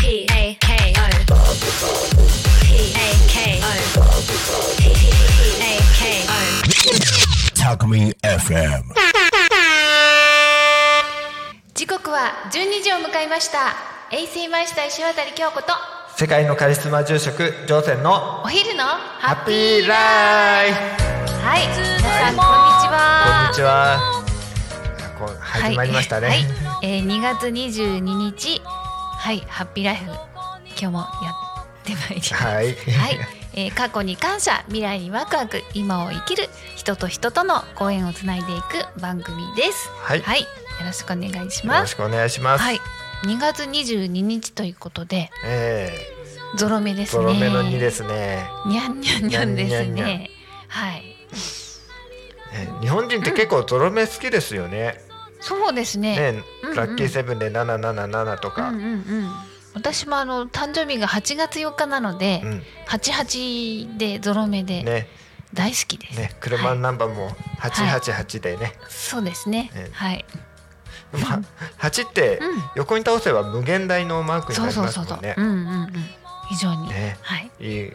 P A K O. P A K O. P A K O. Takumi FM. 時刻は12時を迎えました衛星マイスター石渡京子と世界のカリスマ住職乗船のお昼のハハッッピピーーライフはい皆さんこんにちはこんにちはこう始まりましたね、はい、はいえー、2月22日はいハッピーライフ今日もやってまいりますははいい、えー過去に感謝未来にワクワク今を生きる人と人とのご縁をつないでいく番組ですはいよろしくお願いしよまろすしくお願いします、はい2月22日ということでえゾロ目でー、すゾねロ目の2ですね、にゃんにゃんにゃんでにゃすんにゃんにね。はい。えー日本人って結構ゾロ目好きですよね、そうですね。ね、うんうんラッキーセブンで777とうんか、ううんんうん。私もあの誕生日が8月4日なので、88でゾロ目でね大好きです。ね車のはいナンバーも888でね、そうですねね。はい。まあ8ってうん横に倒せば無限大のマークにそなうりそうますそもうそう。んねうんうんうん。非常に。ねはい。いいは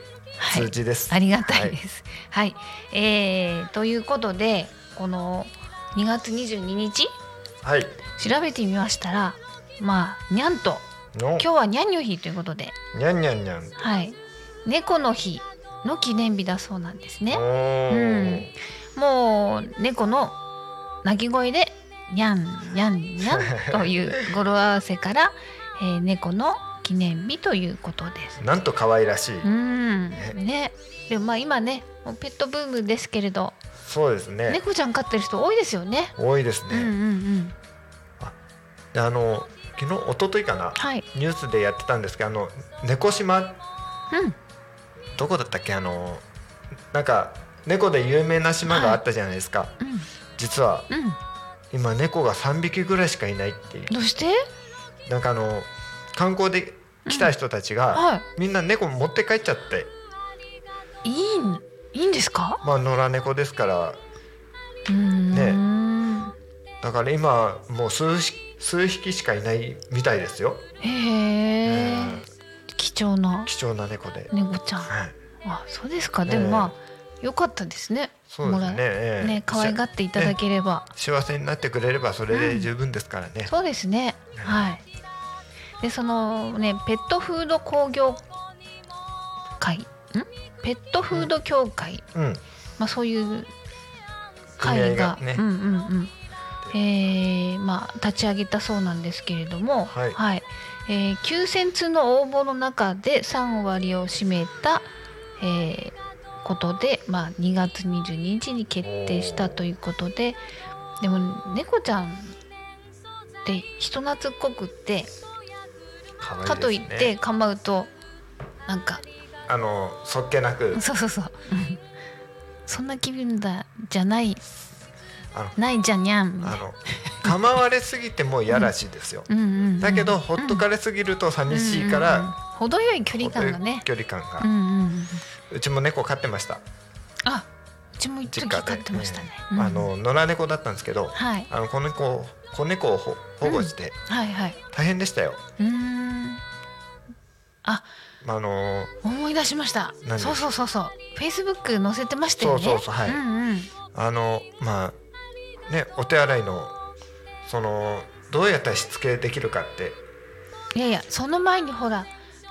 い。数字です、ありがたいです。はい、えーということでこの2月22日はい、調べてみましたら、まあにゃんとの今日はにゃんにょ日ということで。にゃんにゃんにゃんはい、猫の日の記念日だそうなんですねお。ーもう猫の鳴き声でにゃんにゃんにゃんという語呂合わせ から、えー猫の記念日ということです。なんと可愛らしい、うんね、でもまあ今ねもうペットブームですけれど、そうですね猫ちゃん飼ってる人多いですよね。多いですうんうんうね、ん、であの昨日一昨日かな、はい、ニュースでやってたんですけどあの猫島うん、どこだったっけあのなんか猫で有名な島があったじゃないですか、実はうん、うん、今猫が3匹ぐらいしかいないっていうどうして？なんかあの観光で来た人たちが、はみんな猫持って帰っちゃってい、いいんいいんですか？まあ野良猫ですからうーん、ねね、だから今もう数匹数匹しかいないみたいですよ、へうえん。貴重な貴重な猫で、猫ちゃん。はい、あ、そうですか。ねでもまあ良かったですね。そうですねもらえええね、可愛がっていただければ。幸せになってくれればそれで十分ですからね、そうですね。はい。で、そのね、ペットフード工業会、ん？ペットフード協会、うんまあそういう組合会が、ね、うんうんうん。えーまあ、立ち上げたそうなんですけれども、はいえー9,000通の応募の中で3割を占めた、えーことで、まあ、2月22日に決定したということででも猫ちゃんって人懐っこくって、可愛かといですっねて構うとなんかあのそっけなくそうそう そううんそんな気分だじゃないあのないじゃにゃんみたあいなの構われすぎてもいやらしいですよ、うんうんうんだけど、ほっとかれすぎると寂しういかんうんうんら、程よい距離感がね距離感が、うんうんうんうちも猫飼ってましたあうちも一時実家飼でってましたね、ええうんあの野良猫だったんですけどはいあの子猫を子猫を保保護してはいはい大変でしたよ、うーんあまああの思い出しました何ですそうそうそうそうフェイスブック載せてましたよねそうそうそうはいんうんあのまあねお手洗いのそのどうやったらしつけできるかっていやいやその前にほら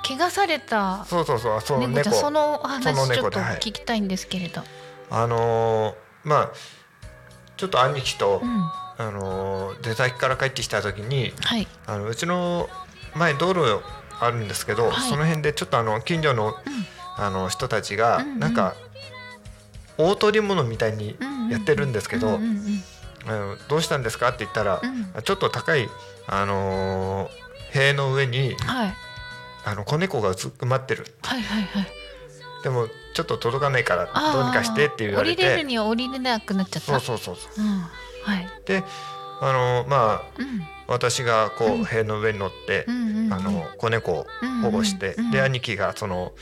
怪我されたそうそうそうそう猫ちゃ猫んそのおその話ちょ猫っとではい聞きたいんですけれど、あのーまあちょっと兄貴と、うんあのー出先から帰ってきた時にはいあのうちの前道路あるんですけど、はいその辺でちょっとあの近所の,、あの人たちが、うんうんなんか大取り物みたいにうんうんやってるんですけど、うんうんうんあのどうしたんですかって言ったら、うんちょっと高い、あのー塀の上にはいあの子猫がうつ埋まってるはいはいはいでもちょっと届かないからあーどうにかしてって言われ降りれるてには降りれなくなっちゃったそうそうそうそううんはいであのーまあうん私がこうんう塀の上に乗って、うんうんうんあの子猫を保護して、うんうんうんで兄貴がその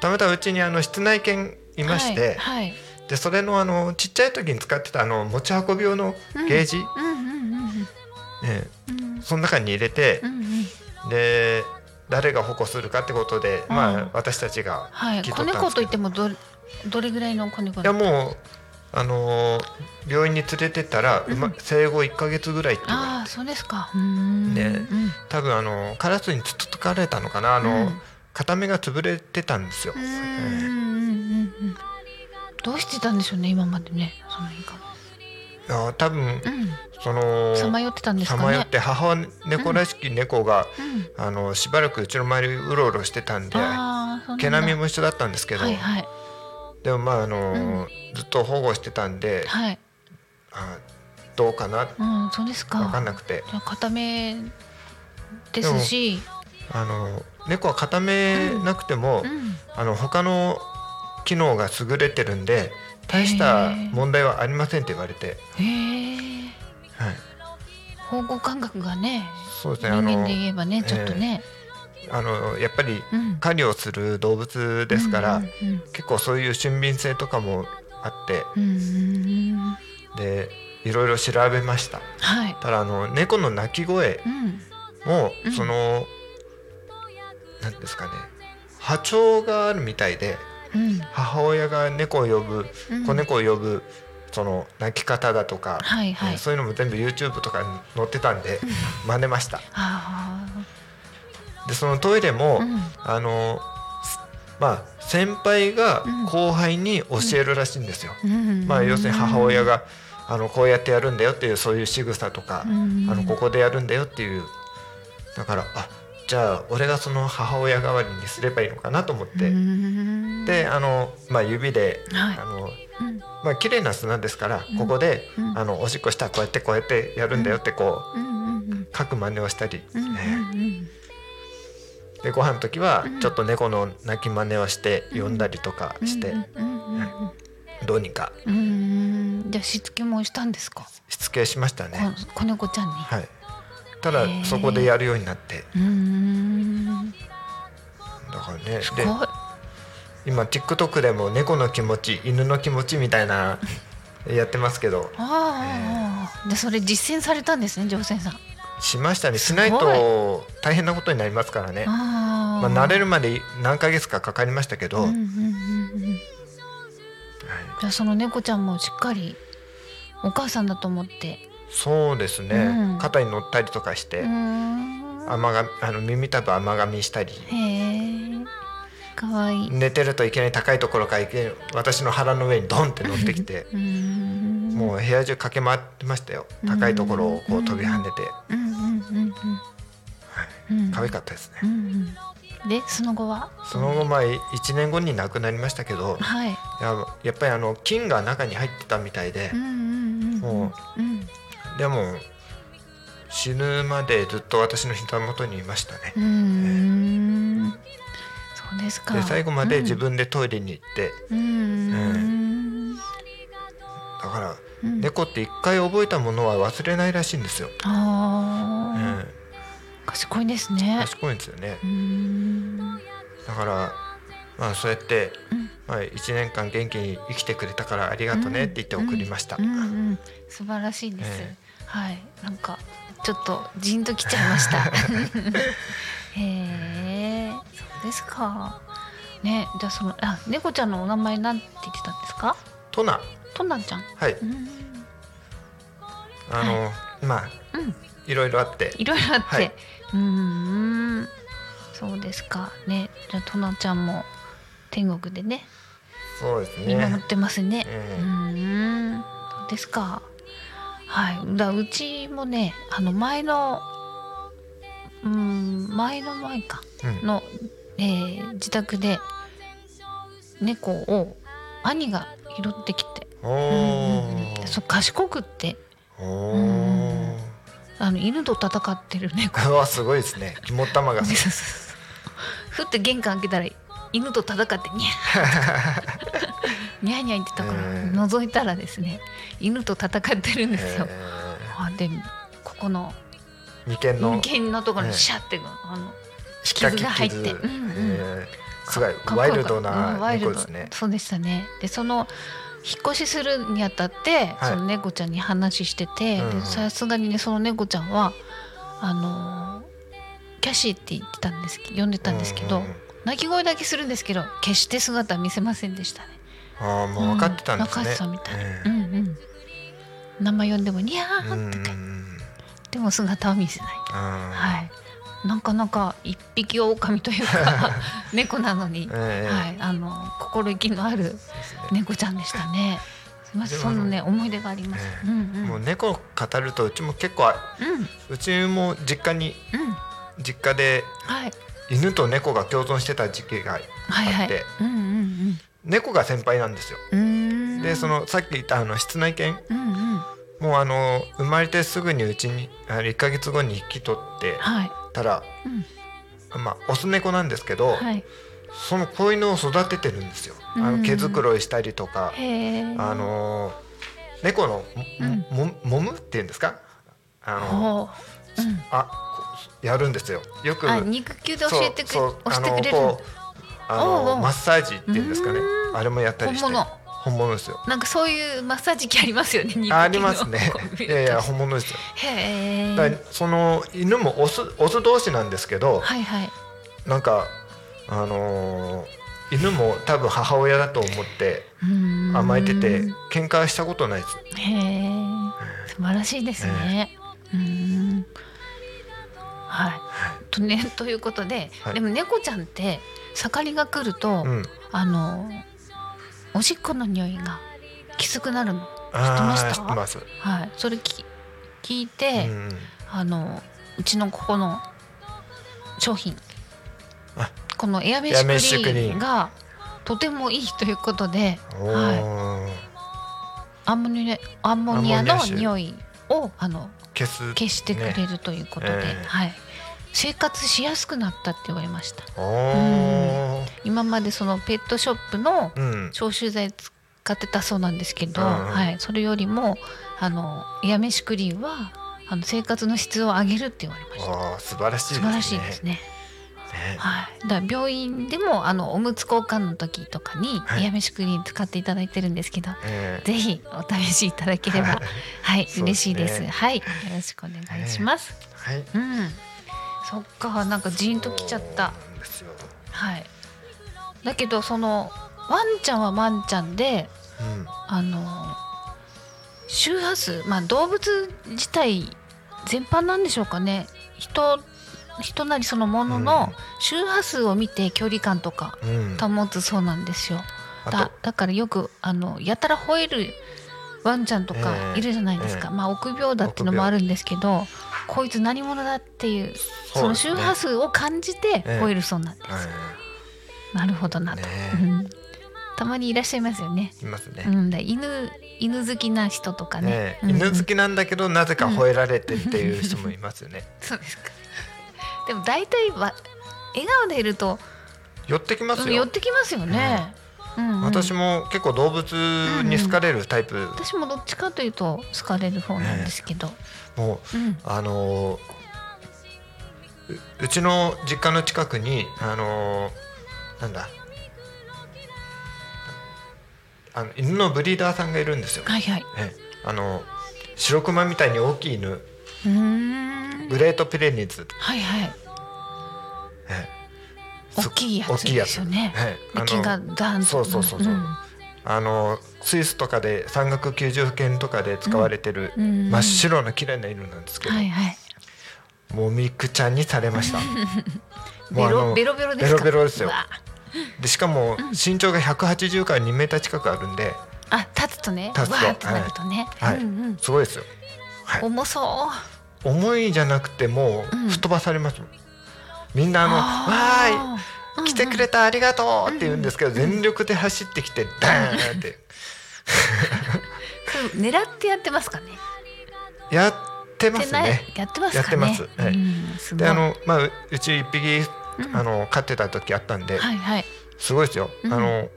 たまたまうちにあの室内犬いまして、はいはいでそれのあのちっちゃい時に使ってたあの持ち運び用のゲージ、うんうんうんうんええうんその中に入れてう、んうんで誰が保護するかってことで、うんまあ私たちがは聞い。き子取ったんですけど猫といってもどれどれぐらいの子猫いやだもうあのー病院に連れてったら、うまうん生後1か月ぐらいって言わああれてそうですか。うーんねうん多分あのカラスにつつかれたのかなあの、うん片目が潰れてたんですよ。うんうんえうんうんどうしてたんでしょうね今までねそのイカがえいや多分うそのんさまよってたんですさかまよねって母猫らしき猫が、うんあのしばらくうちの周りうろうろしてたんでああそうなんだ毛並みも一緒だったんですけど、はいはいでもまああのーずっと保護してたんで、はいあどうかなうんそうですか分かんなくてじゃあ片目ですしあの猫は固めなくても、うんあの他の機能が優れてるんで大した問題はありませんって言われて、へえはい、方向感覚がねそうです人ねあ間ので言えばねちょっとねあのやっぱりうん狩りをする動物ですから、うんうん結構そういう俊敏性とかもあってうんうんでいろいろ調べましたはいただあの猫の鳴き声うんも、うんその何ですかね波長があるみたいでうん母親が猫を呼ぶうん子猫を呼ぶその鳴き方だとか、はいはいえーそういうのも全部 YouTube とかに載ってたんで真似ましたあでそのトイレも、あうんあのすまあ先輩がうん後輩に教えるらしいんですよ、うんまあ要するに母親があのこうやってやるんだよっていうそういう仕草とか、うんあのここでやるんだよっていうだからあじゃあ俺がその母親代わりにすればいいのかなと思って、うんであの、まあ、指で、はいあのうんまあ綺麗な砂ですから、うんここで、うんあのおしっこしたらこうやってこうやってやるんだよってこうんうんう書く真似をしたり、うんうんねうんでご飯の時はうんちょっと猫の鳴き真似をして呼んだりとかうんして、うんうんどうにかうんうんじゃあしつけもしたんですかしつけしましたね。こ子猫ちゃんにはい。ただへーそこでやるようになってうんだからねすごでい今 TikTok でも猫の気持ち犬の気持ちみたいな やってますけどああ、でそれ実践されたんですね、乗船さん。しましたねしないすと大変なことになりますからね。あまあ、あ、慣れるまで何ヶ月かかかりましたけど、うんうはんいうんうん。じゃあその猫ちゃんもしっかりお母さんだと思って。そうですね、うん肩に乗ったりとかして、うーん。甘があの耳たぶ甘噛みしたりへえ、可愛いい。寝てるといきなり高いところからいきなり私の腹の上にドンって乗ってきてうーん。もう部屋中駆け回ってましたよ高いところをこう飛び跳ねて、うんうんうんうん。うん可愛かったですね、うんうん。でその後は。その後まあ1年後に亡くなりましたけどはい。ややっぱりあの菌が中に入ってたみたいでうんうんうん。もうん。でも死ぬまでずっと私の膝元にいましたねうーん。そうですか。で最後までうん自。分でトイレに行って、うーん。だからうん猫って一回覚えたものは忘れないらしいんですよ、あうあ、ん、賢いですね。賢いんですよねうーん。だからまあそうやって、うんまあ、1年間元気に生きてくれたからありがとねって言って送りました、うんうん、素晴らしいです。えはい、なんかちょっとジーンときちゃいました。 へえ、そうですか。ね、じゃあそのあ猫ちゃんのお名前なんて言ってたんですか？トナトナちゃん。はいうん、あの、まあうん、いろいろあっていろいろあって、はいうーん、そうですか。ね、じゃあトナちゃんも天国でねそうです見守っねてますね。えうえーん、そうですか。はい、だうちもね、あの前の。うーん、前の前か、うんの、えー自宅で。猫を兄が拾ってきて、おうんうんうんでーそう賢くって、おうんーあの犬と戦ってる猫。うわすごいですね肝っ玉がそうそうそうふって玄関開けたら犬と戦ってニャ ーニャーニャー言ってたから、えー覗いたらですね犬と戦ってるんですよ。えあでここのー眉間の人間のところにええシャって、あのひっかき傷が入ってうんうんえーすごいかかっこワよイかっルたドうんなワイル猫ドですねそうでしたねでその引っ越しするにあたって、はいその猫ちゃんに話しててうんうんでさすがにねその猫ちゃんはあのーキャらしいって言ってたんですけど読んでたんですけど、うんうんうん鳴き声だけするんですけど決して姿は見せませんでしたね。ああもう分かってたんですね、ううん、分かってたみたいな。うんうん。名前呼んでもニャうんうーっんうてん書いて、でも姿は見せない。ははい。なかなか一匹狼という か猫なのに、ええはい、あの心意気のある猫ちゃんでしたね。すみません、でもそのね思い出があります。うえんうん。もう猫を語るとうちも結構あうんうん。うちも実家に実家ではい犬と猫が共存してた時期がはいあはっいて。うんうん猫が先輩なんですよ。うん。うーんでそ。のさっき言ったあの室内犬うんうん。もうあの生まれてすぐにうちにあ1ヶ月後に引き取ってはい。たら、うんまあオス猫なんですけど、はい。その子犬を育ててるんですよ。あうんの毛繕いしたりとか、へえ。あの猫のも,、もむっていうんですかあのほう。うん。あこうやるんですよ。よくあ肉球で教えてくれそうそう押してくれるあのこうあのおうおうマッサージっていうんですかねうんあれもやったりして本物本物ですよ なんかそういうマッサージ機ありますよね肉球のあありますねこういいうやいや本物ですよへえだからその犬もオスオス同士なんですけどはいはいなんかあのー犬も多分母親だと思ってうーん甘えてて喧嘩したことないですへえ素晴らしいですね、うーんはいとねということで、はいでも猫ちゃんって盛りが来ると、うんあのおしっこの匂いがきつくなるの知あってまーした知ってますはいそれき聞いうて、んあのうちのここの商品あこのエアメッエアメッシシュュククリリーーンンがとてもいいということでおおーアンモニアアンモニアアンのモニア臭匂いをあの消す消してくれるということで、ねええはい、生活しやすくなったって言われましたおお今までそのペットショップのうん消臭剤使ってたそうなんですけど、うんうんはい、それよりもあのエアメッシュクリーンはあの生活の質を上げるって言われましたあー素晴らしい素晴らしいですねねはい、だから病院でもあのおむつ交換の時とかに、はいエアメシクリーン使っていただいてるんですけど、ええぜひお試しいただければ、ははいい、そうですね嬉しいです。はい、よろしくお願いします。はいうん、そっか、なんかジーンときちゃった。そうなんですよはい。だけど、そのワンちゃんはワンちゃんで、うんあの。周波数、まあ、動物自体全般なんでしょうかね。人、人なりそのものの周波数を見て距離感とかうん保つそうなんですよ。あとだだからよくあのやたら吠えるワンちゃんとかええいるじゃないですか、ええまあ臆病だっていうのもあるんですけどこいつ何者だっていうそそうのですね周波数を感じてええ吠えるそうなんです、はいなるほどなと、ねうんたまにいらっしゃいますよね、いますねう。ん、だ犬犬好きな人とかねねうんうん犬好きなんだけどなぜか吠えられてっていう人もいますよね。そうですかでも大体は笑顔でいると寄ってきます寄っよ。てきますよね、うんうん私も結構動物に好かれるタイプ。私もどっちかというと好かれる方なんですけど、もううんあのーううちの実家の近くにあのーなんだ。あの犬のブリーダーさんがいるんですよ。はいはいねあの白クマみたいに大きい犬うーんグレートピレニーズ。はいはいね大きいや大つきいやでつすよね。はいあの木がダーンとそうそうそうそううんあのスイスとかで山岳救助犬とかで使われてるうんうん真っ白な綺麗な犬なんですけど、はいはいもみくちゃんにされ ましたベもうあロのベロベロですかベロベロですようわでしかも身長が180から2メーター近くあるんで、あ立つとね立つとわーってなるとね、はいうんうん、すごいですよ、はい、重そう重いじゃなくてもうんう吹っ飛ばされますもん、みんなあの「わーーい来てくれたありがとう」って言うんですけど、全力で走ってきてダーンってうんうん狙ってやってますかねやってま すやっねてないやってますかねやってますはいうん、すごいであのまあううち一匹うんあの飼ってた時あったんで、はいはいすごいですよ、うんあの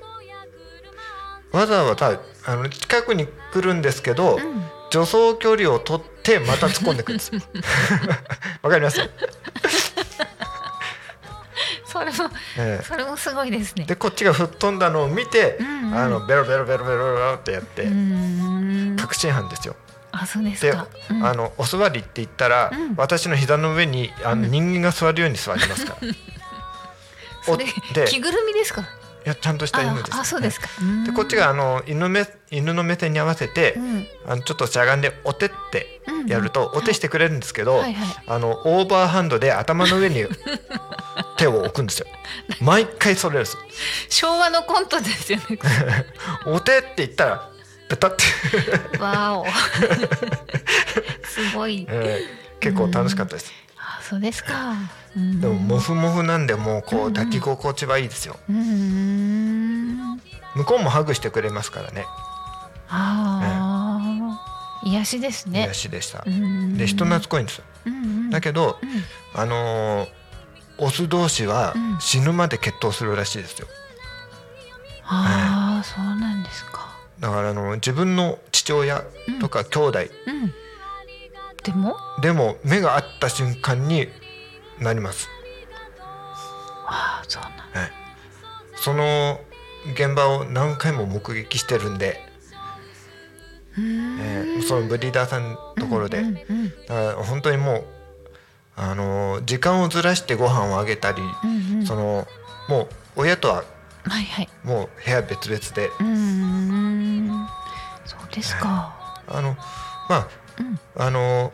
わざわざあの近くに来るんですけど、うん助走距離を取ってまた突っ込んでくるんですわかります、それもえそれもすごいですねえでこっちが吹っ飛んだのを見て、うんうんあのベロベロベロベロベロってやって、うーん確信犯ですよあそうですで、か、うんあのお座りって言ったら、うん私の膝の上にあの人間が座るように座りますから、おそれで着いぐるみですかやちゃんとした犬あです。あそうですか、はいでこっちががあの犬目犬の目線に合わせてう、んあのちょっとしゃがんでお手ってうんやると、お手してくれるんですけど、はいはいあのオーバーハンドで頭の 上に手を置くんですよ。毎回それです。昭和のコントですよ ねこれお手って言ったらペタって、わお すごいえー結構楽しかったです。あそうですか、でもモうフモフなんでもううんこううん抱き心地はいいですよ。ーん向こうもハグしてくれますからね。ああ、癒しですね癒しでしたう。んで人懐っこいんですよ。うんうんだけどうんあのーオス同士はうん死ぬまで決闘するらしいですよ。ああ、そうなんですか。だからあの自分の父親とか兄弟うん。でも、でも目が合った瞬間になります。ああ、そうなん。はい、その現場を何回も目撃してるんで、うーんえーそのブリーダーさんのところで、うんうんだから本当にもうあのー時間をずらしてご飯をあげたり、うんうんそのもう親とははいはい。もう部屋別々で、うーん。そうですか。あのまうん。ああのー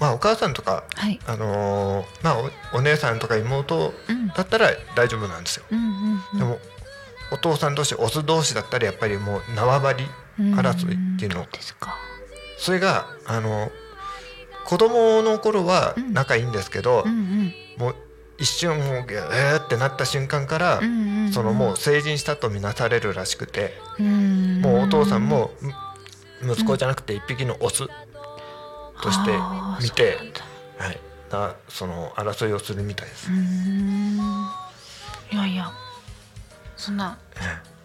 まあお母さんとかはい。あのーまあおお姉さんとか妹うん。だったら大丈夫なんですよ。うんうんでもお父さん同士オス同士だったらやっぱりもう縄張りうん。争いっていうのんそうですか。それがあの子供の頃はうん仲いいんですけど、うんうん。もう一瞬もうギューってなった瞬間から、うんうん。そのもう成人したとみなされるらしくて、うん。もうお父さんもむ息子じゃなくて一匹のオス、としてあー見てそうなんだはい、がその争いをするみたいです。うーん。いやいや。そんな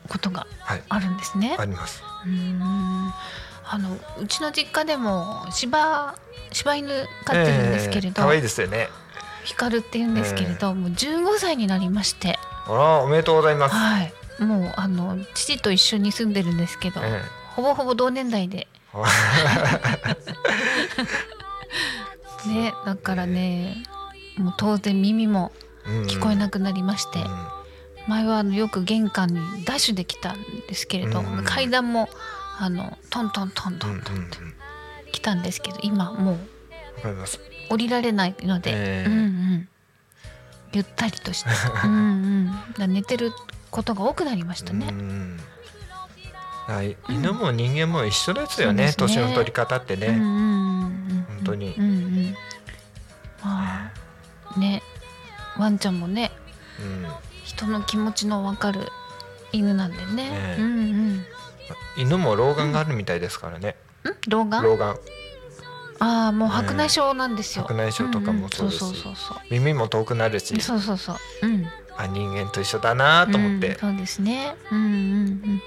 ことがはい、あるんですねあ。ります。うーんあのうちの実家でも柴柴犬飼ってるんですけれえーど、可愛いですよね。ヒカルって言うんですけれど、もう15歳になりまして、あらおめでとうございます。はい、もうあの父と一緒に住んでるんですけど、えほぼほぼ同年代 でねだからね、もう当然耳もえうん聞こえなくなりまして、うん前はあのよく玄関にダッシュできたんですけれど、うん階段もあのトントントントうんうんうンんトンって来たんですけど今もうわかります。降りられないので、ええうんうん、ゆったりとして うん、うん、だから寝てることが多くなりましたうね。んはい、犬も人間も一緒ですよね,、そうです年ねの取り方ってうんうね、んうんうん、本当にうんうん、まあねワンちゃんもねうん人の気持ちのわかる犬なんでね。ええうんうん犬も老眼があるみたいですからね、ん老眼老眼ああもう白内障なんですよ。白内障とかもんんそうですしそうそうそう耳も遠くなるしそう。そうそうそう。うん。あ人間と一緒だなと思って、うんそうですね。うんうんうん。も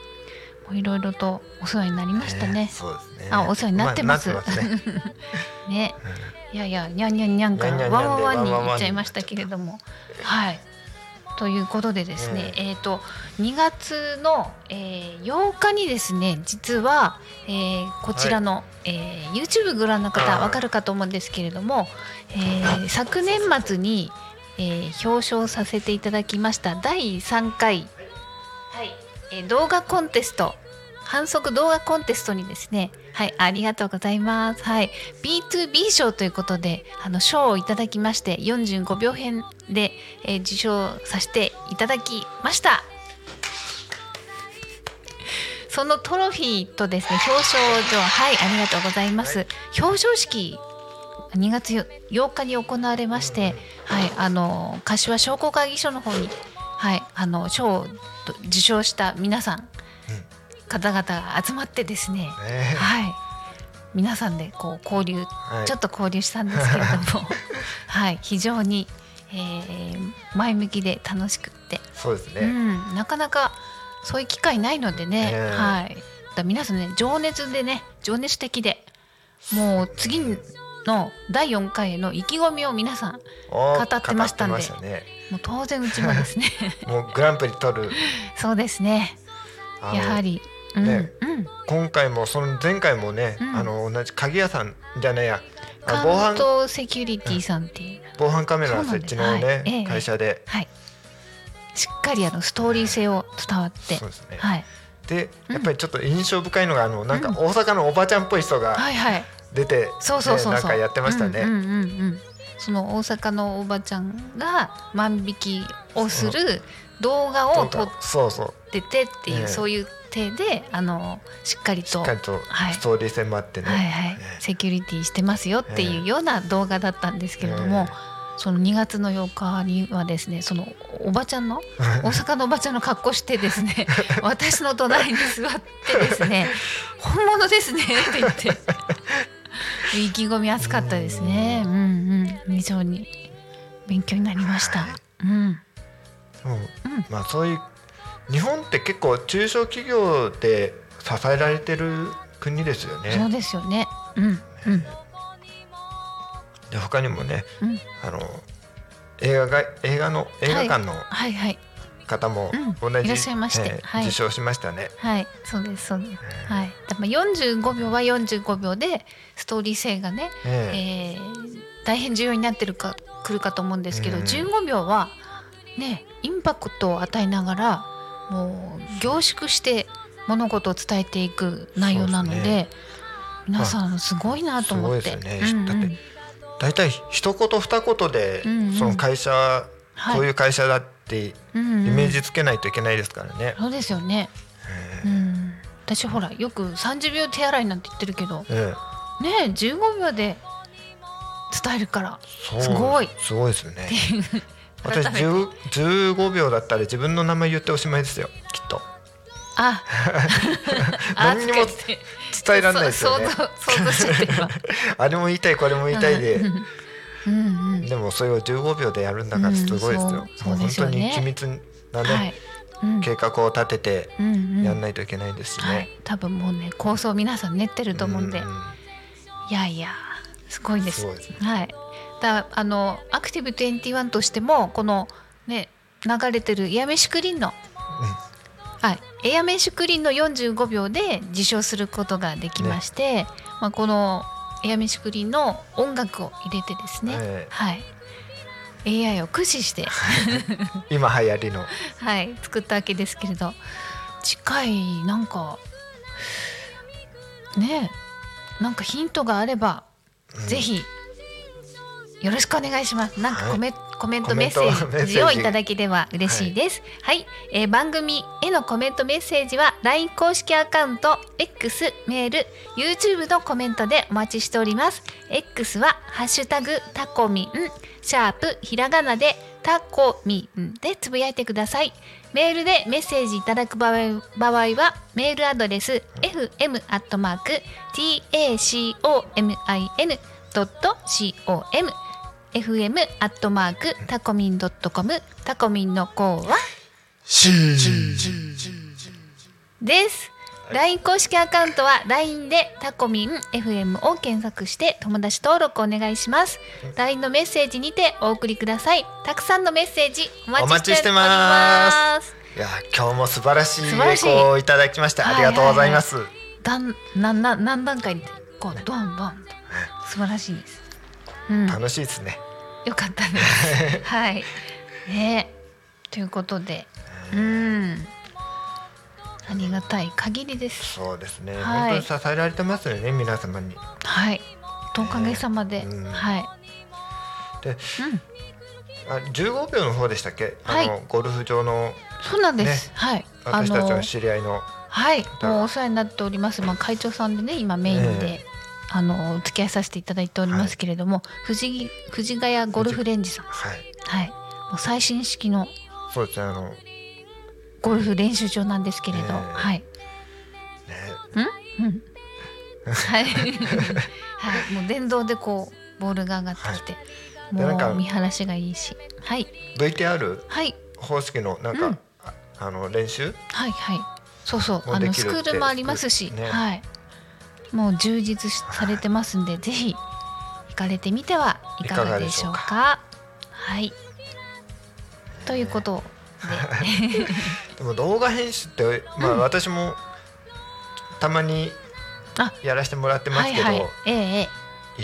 ういろいろとお世話になりましたね。えそうですねあお世話になってますあなってます ねね、いやいやにゃんにゃんにゃんからにゃんにゃんにゃんワンワンワンにでワン行ワンワンにっちゃいましたけれどもはいということでですね、えっ、と2月の、えー8日にですね実は、えーこちらの、えー YouTube ご覧の方あーわかるかと思うんですけれども、えー昨年末に、えー表彰させていただきました第3回、はいえー動画コンテスト反則動画コンテストにですねはいありがとうございますはい B2B 賞ということであの賞をいただきまして45秒編で、えー受賞させていただきましたそのトロフィーとですね表彰状はいありがとうございます、表彰式2月よ8日に行われまして、はい、あの柏商工会議所の方に、はい、あの賞を受賞した皆さん、方々が集まってですね、ねはい、皆さんでこう交流はいちょっと交流したんですけれど も、はい、非常に、えー前向きで楽しくって、そうですうね、ん、なかなかそういう機会ないのでね、ええはい、だから皆さんね情熱でね情熱的でもう次の第4回への意気込みを皆さんお語ってましたんで語ってましたねもう 当然うちもですねもうグランプリ取るそうですねあのやはりうんねうん今回もその前回もね、うんあの同じ鍵屋さんじゃないやあ防関犯東セキュリティさんっていう、防犯カメラ設置のそうなんね、ですはいええ会社で、はいしっかりあのストーリー性を伝わって、そうですね、はい、でうんやっぱりちょっと印象深いのがあのなんかうん大阪のおばちゃんっぽい人がはいはい出て、ねそうそうそうなそんう、かやってましたね、うんうんうんうんその大阪のおばちゃんが万引きをする動画どをう撮っかそうそうててっていう、ええそういう手であのしっかりしとっかりとはいストーリー性もあってね、はいはい、ええセキュリティしてますよっていうような動画だったんですけれども、その2月の8日にはですねそのおばちゃんの大 阪のおばちゃんの格好してですね私の隣に座ってですね「本物ですね」って言って意気込み熱かったですね。うんうん、非常に勉強になりました。うん、うんんまあそういう日本って結構中小企業で支えられてる国ですよそうね。ですよね。うんうんで他にもねうん、あの映画が映画の映画館のはいはい方もうん同いじ、らっしゃいましてえーはい受賞しましたね。はい、そうですそうです。はい、だから45秒は45秒でストーリー性がね、ええー大変重要になってるかくるかと思うんですけど、うん15秒はねインパクトを与えながらもう凝縮して物事を伝えていく内容なのでそうですね皆さんすごいなと思って。すごいでうすよんうねんだって大体一言二言で、うんうんその会社、はいこういう会社だってイうんうんメージつけないといけないですからね。そうですよね、えうん、私ほらよく30秒手洗いなんて言ってるけどねーえーえ15秒で伝えるからそうすごいすごいですね 私改めて10 15秒だったら自分の名前言っておしまいですよきっとああ 何にも疲れて伝えられないですよねそうそう想像しちゃって 今あれも言いたいこれも言いたいで、うんうんでもそれを15秒でやるんだからすごいですよ、うんそもうそう本です当よねに緻密なね、はい、うん計画を立ててうんうんやんないといけないですしね、はい、多分もうね構想皆さん練ってると思うんで、ういやいやすごいですすごいですねはいだあのアクティブ21としてもこのね流れてるエアメッシュクリーンの、はい、エアメッシュクリーンの45秒で受賞することができまして、まあ、このエアメッシュクリーンの音楽を入れてですね、えはい、AI を駆使して今流行りのはい、作ったわけですけれど次回なんかねえなんかヒントがあれば、ぜひよろしくお願いしますなんかコメ,、コメントメッセコメントメーッセージジをいただければ嬉しいですはい、えー番組へのコメントメッセージは LINE 公式アカウント X メール YouTube のコメントでお待ちしております X はハッシュタグタコミンシャープひらがなでタコミンでつぶやいてくださいメールでメッセージいただく場合場合はメールアドレス fm.tacomin.com fm アットマークタコミンドットコムタコミンの項はです。LINE 公式アカウントは LINE でタコミン FM を検索して友達登録お願いします。LINE のメッセージにてお送りください。たくさんのメッセージお待ちしておりまお待す。いや今日も素晴らしい素晴ら栄しい光をいただきましてありがとうございます、だんなんなん何段階にこうどんどんと素晴らしいです。うん、よ楽しいですねかった です。はい。ねということで、うん、ありがたい限りです。そうですね、はい本当に支えられてますよね皆様にはい。とおかげさまで、うんはい。でうん、あ15秒の方でしたっけ、はいあのゴルフ場のそうなんです。はい。私たちあのの知り合いのはい、もうお世話になっております。まあ会長さんでね、今メインで。えあのお付き合いさせていただいておりますけれども、藤木藤ヶ谷ゴルフレンジさん、はいはい、もう最新式のそうですねあのねゴルフ練習場なんですけれど、ええはい、うん、はい、はい、もう電動でこうボールが上がってきて、でなんもかう見晴らしがいいし、はい、 VTR はい、方式のなんか、うんああの練習はいはいそうそうもうあのできスるっクてールもありますし、ねはいもう充実しされてますんで、ぜひ行かれてみてはいかがでしょうかいはいと いうことで、でも動画編集って、まあ、私もたまにあやらせてもらってまはすいけど、はいええええ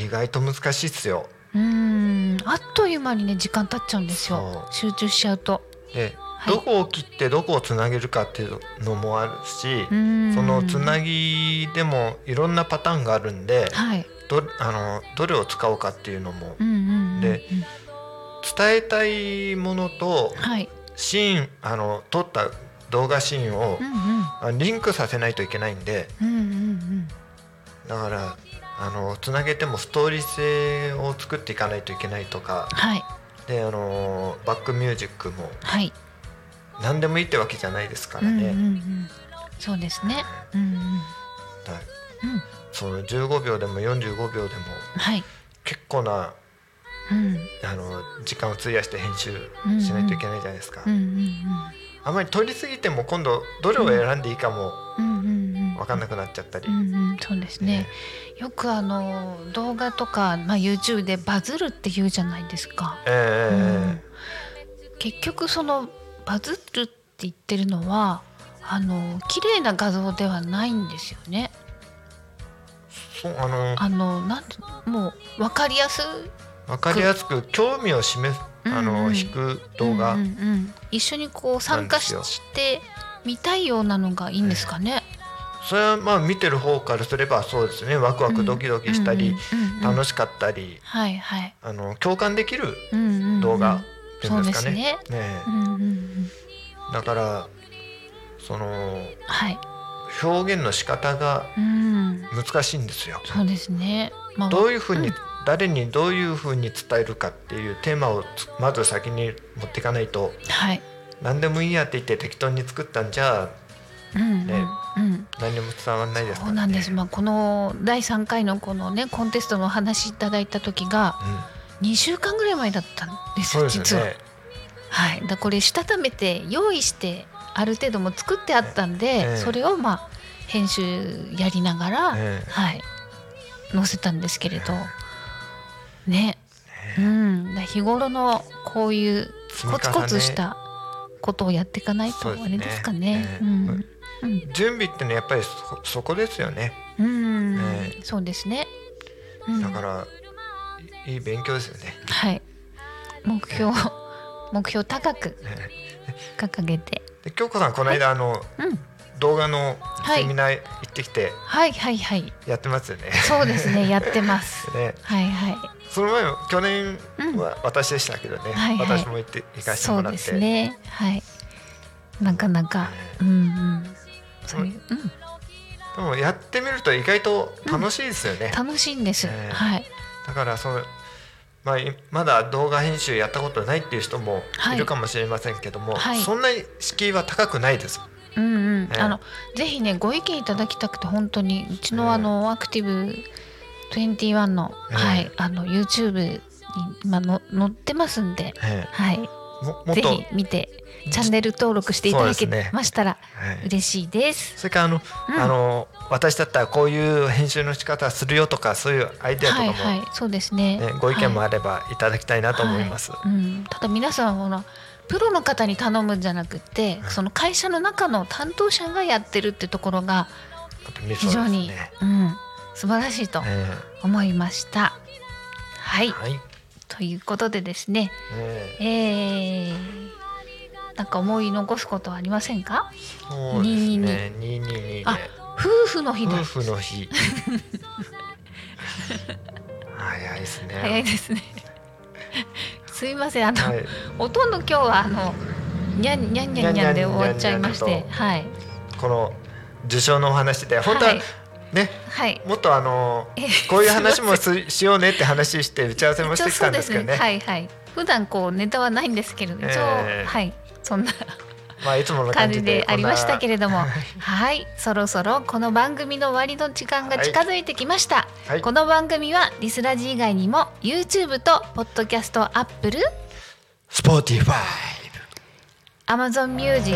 意外と難しいっすよ。うーんあっという間にね時間経っちゃうんですよ集中しちゃうとで、いどこを切ってどこをつなげるかっていうのもあるしう、ーんそのつなぎでもいろんなパターンがあるんで、はいどあのどれを使おうかっていうのもうんうんうんうんで伝えたいものとはいシーンあの撮った動画シーンをうんあリンクさせないといけないんでうんうんうんだからあのつなげてもストーリー性を作っていかないといけないとかはいであのバックミュージックもはい何でもいいってわけじゃないですかうらんうんね。うんそうですねうんうんはいうんその15秒でも45秒でもはい結構なうんあの時間を費やして編集しないといけないじゃないですか。うんうんあまり撮りすぎても今度どれを選んでいいかもうんうんうんうん分かんなくなっちゃったり、うんうん、そうですね。よくあの動画とか、まあ、YouTube でバズるって言うじゃないですか。ええ結局そのバズるって言ってるのはあの綺麗な画像ではないんですよね。そうあのあのなんてもう分かりやすい分かりやすく興味を示すあうんうのん引く動画、うんうんうん一緒にこう参加しなんですしてみたいようなのがいいんですかね。それはまあ見てる方からすればそうですねワクワクドキドキしたり、うんうんうんうん楽しかったりはいはい。あの共感できるうんうんうん動画っていそううんでですすかね。ね。ねうんうんうん、えだからそのはい。表現の仕方がうん難しいんですよ。そうですね。まあ、どういうふうに、誰にどういうふうに伝えるかっていうテーマをつまず先に持っていかないとはい。何でもいいやって言って適当に作ったんじゃうんうん、ねうん。何にも伝わらないですかそうらね。なんです。まあこの第3回のこのねコンテストのお話いただいた時がうん2週間ぐらい前だったんですそうよですよ実は。ね。はい。だこれしたためて用意してある程度もう作ってあったんで、ええそれをまあ編集やりながら、ええはい載せたんですけれど、ね。うん、だ日頃のこういう積みコ重ねツコツしたことをやっていかないとそうであすねれですかね。えうえんうん準備ってねやっぱりそそこですよね。うん、ねそうですね。、だからら、いいい勉強ですよね。はい、目標を目標高くね掲げて、で京子さんこの間、あのうん、動画のはいセミナー行ってきてはいはいはい、やってますよね。そうですね、やってます。 ねはいはい、その前も去年うんは私でしたけどね、はいはい私も行って行かせてそもうらっでて。すね、はい、なかなか、うんうん、そういう、うん、でもやってみると意外と楽しいですよね。楽しいんです。ねはい、だからそのまあ、いまだ動画編集やったことないっていう人もはいいるかもしれませんけども、はいそんなに敷居は高くないです。うんうん、ねあのぜひねご意見いただきたくて本当にうちのあの、アクティブ21の、ねはいあの YouTube に今の載ってますんで、えはいえももっぜと、ひ見てチャンネル登録していただけそうですねましたらはい嬉しいです。それからあの、うんあの私だったらこういう編集の仕方するよとかそういうアイデアとかはも、いはいそうですね。ねご意見もああればいただきたいなと思います。うん、ただ皆さんほらプロの方に頼むんじゃなくてその会社の中の担当者がやってるってところが本当にそ非う常に、ですねうん、素晴らしいとえ思いました。はいえはい、ということでですね、ええー、なんか思い残すことはありませんかえそうですね。二二二であ夫婦の日だ夫婦 の日。早いですね。早いです ね。すいません、あの、はい。ほとんど今日はあの。にゃんにゃんにゃんにゃんで終わっちゃいましにゃんにてはゃんにゃんにゃん、とい、この受賞のお話で本当は、はいねはい。もっとあのこういう話もすしようねって話して打ち合わせもしてきたんですけどねはいはい。普段こうネタはないんですけど、一応、えーはい、そんなまあいつもの感感じじででありましたけれども、こんなはい、そろそろこの番組の終わりの時間が近づいてきました。はいこの番組はリスラジ以外にも YouTube と Podcast、Apple、スポーティファイ Amazon Music、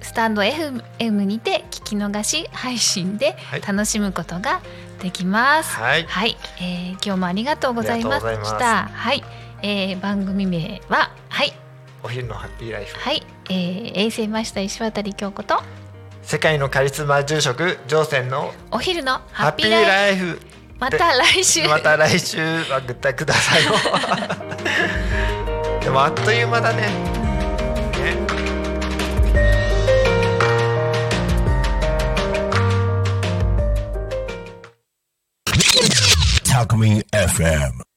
スタンド FM にて聞き逃し配信でい楽しむことができます。はえいー今日もありがとうございましありがとうございた。はい、えー番組名ははいお昼のハッピーライフはい、えー衛星マスター石渡京子と関世界のカリスマ住職ジョーセンのお昼のハハッッピピーーライフライフまた来週また来週はぐったくだ さいよでもあっという間だねね Talk Me FM.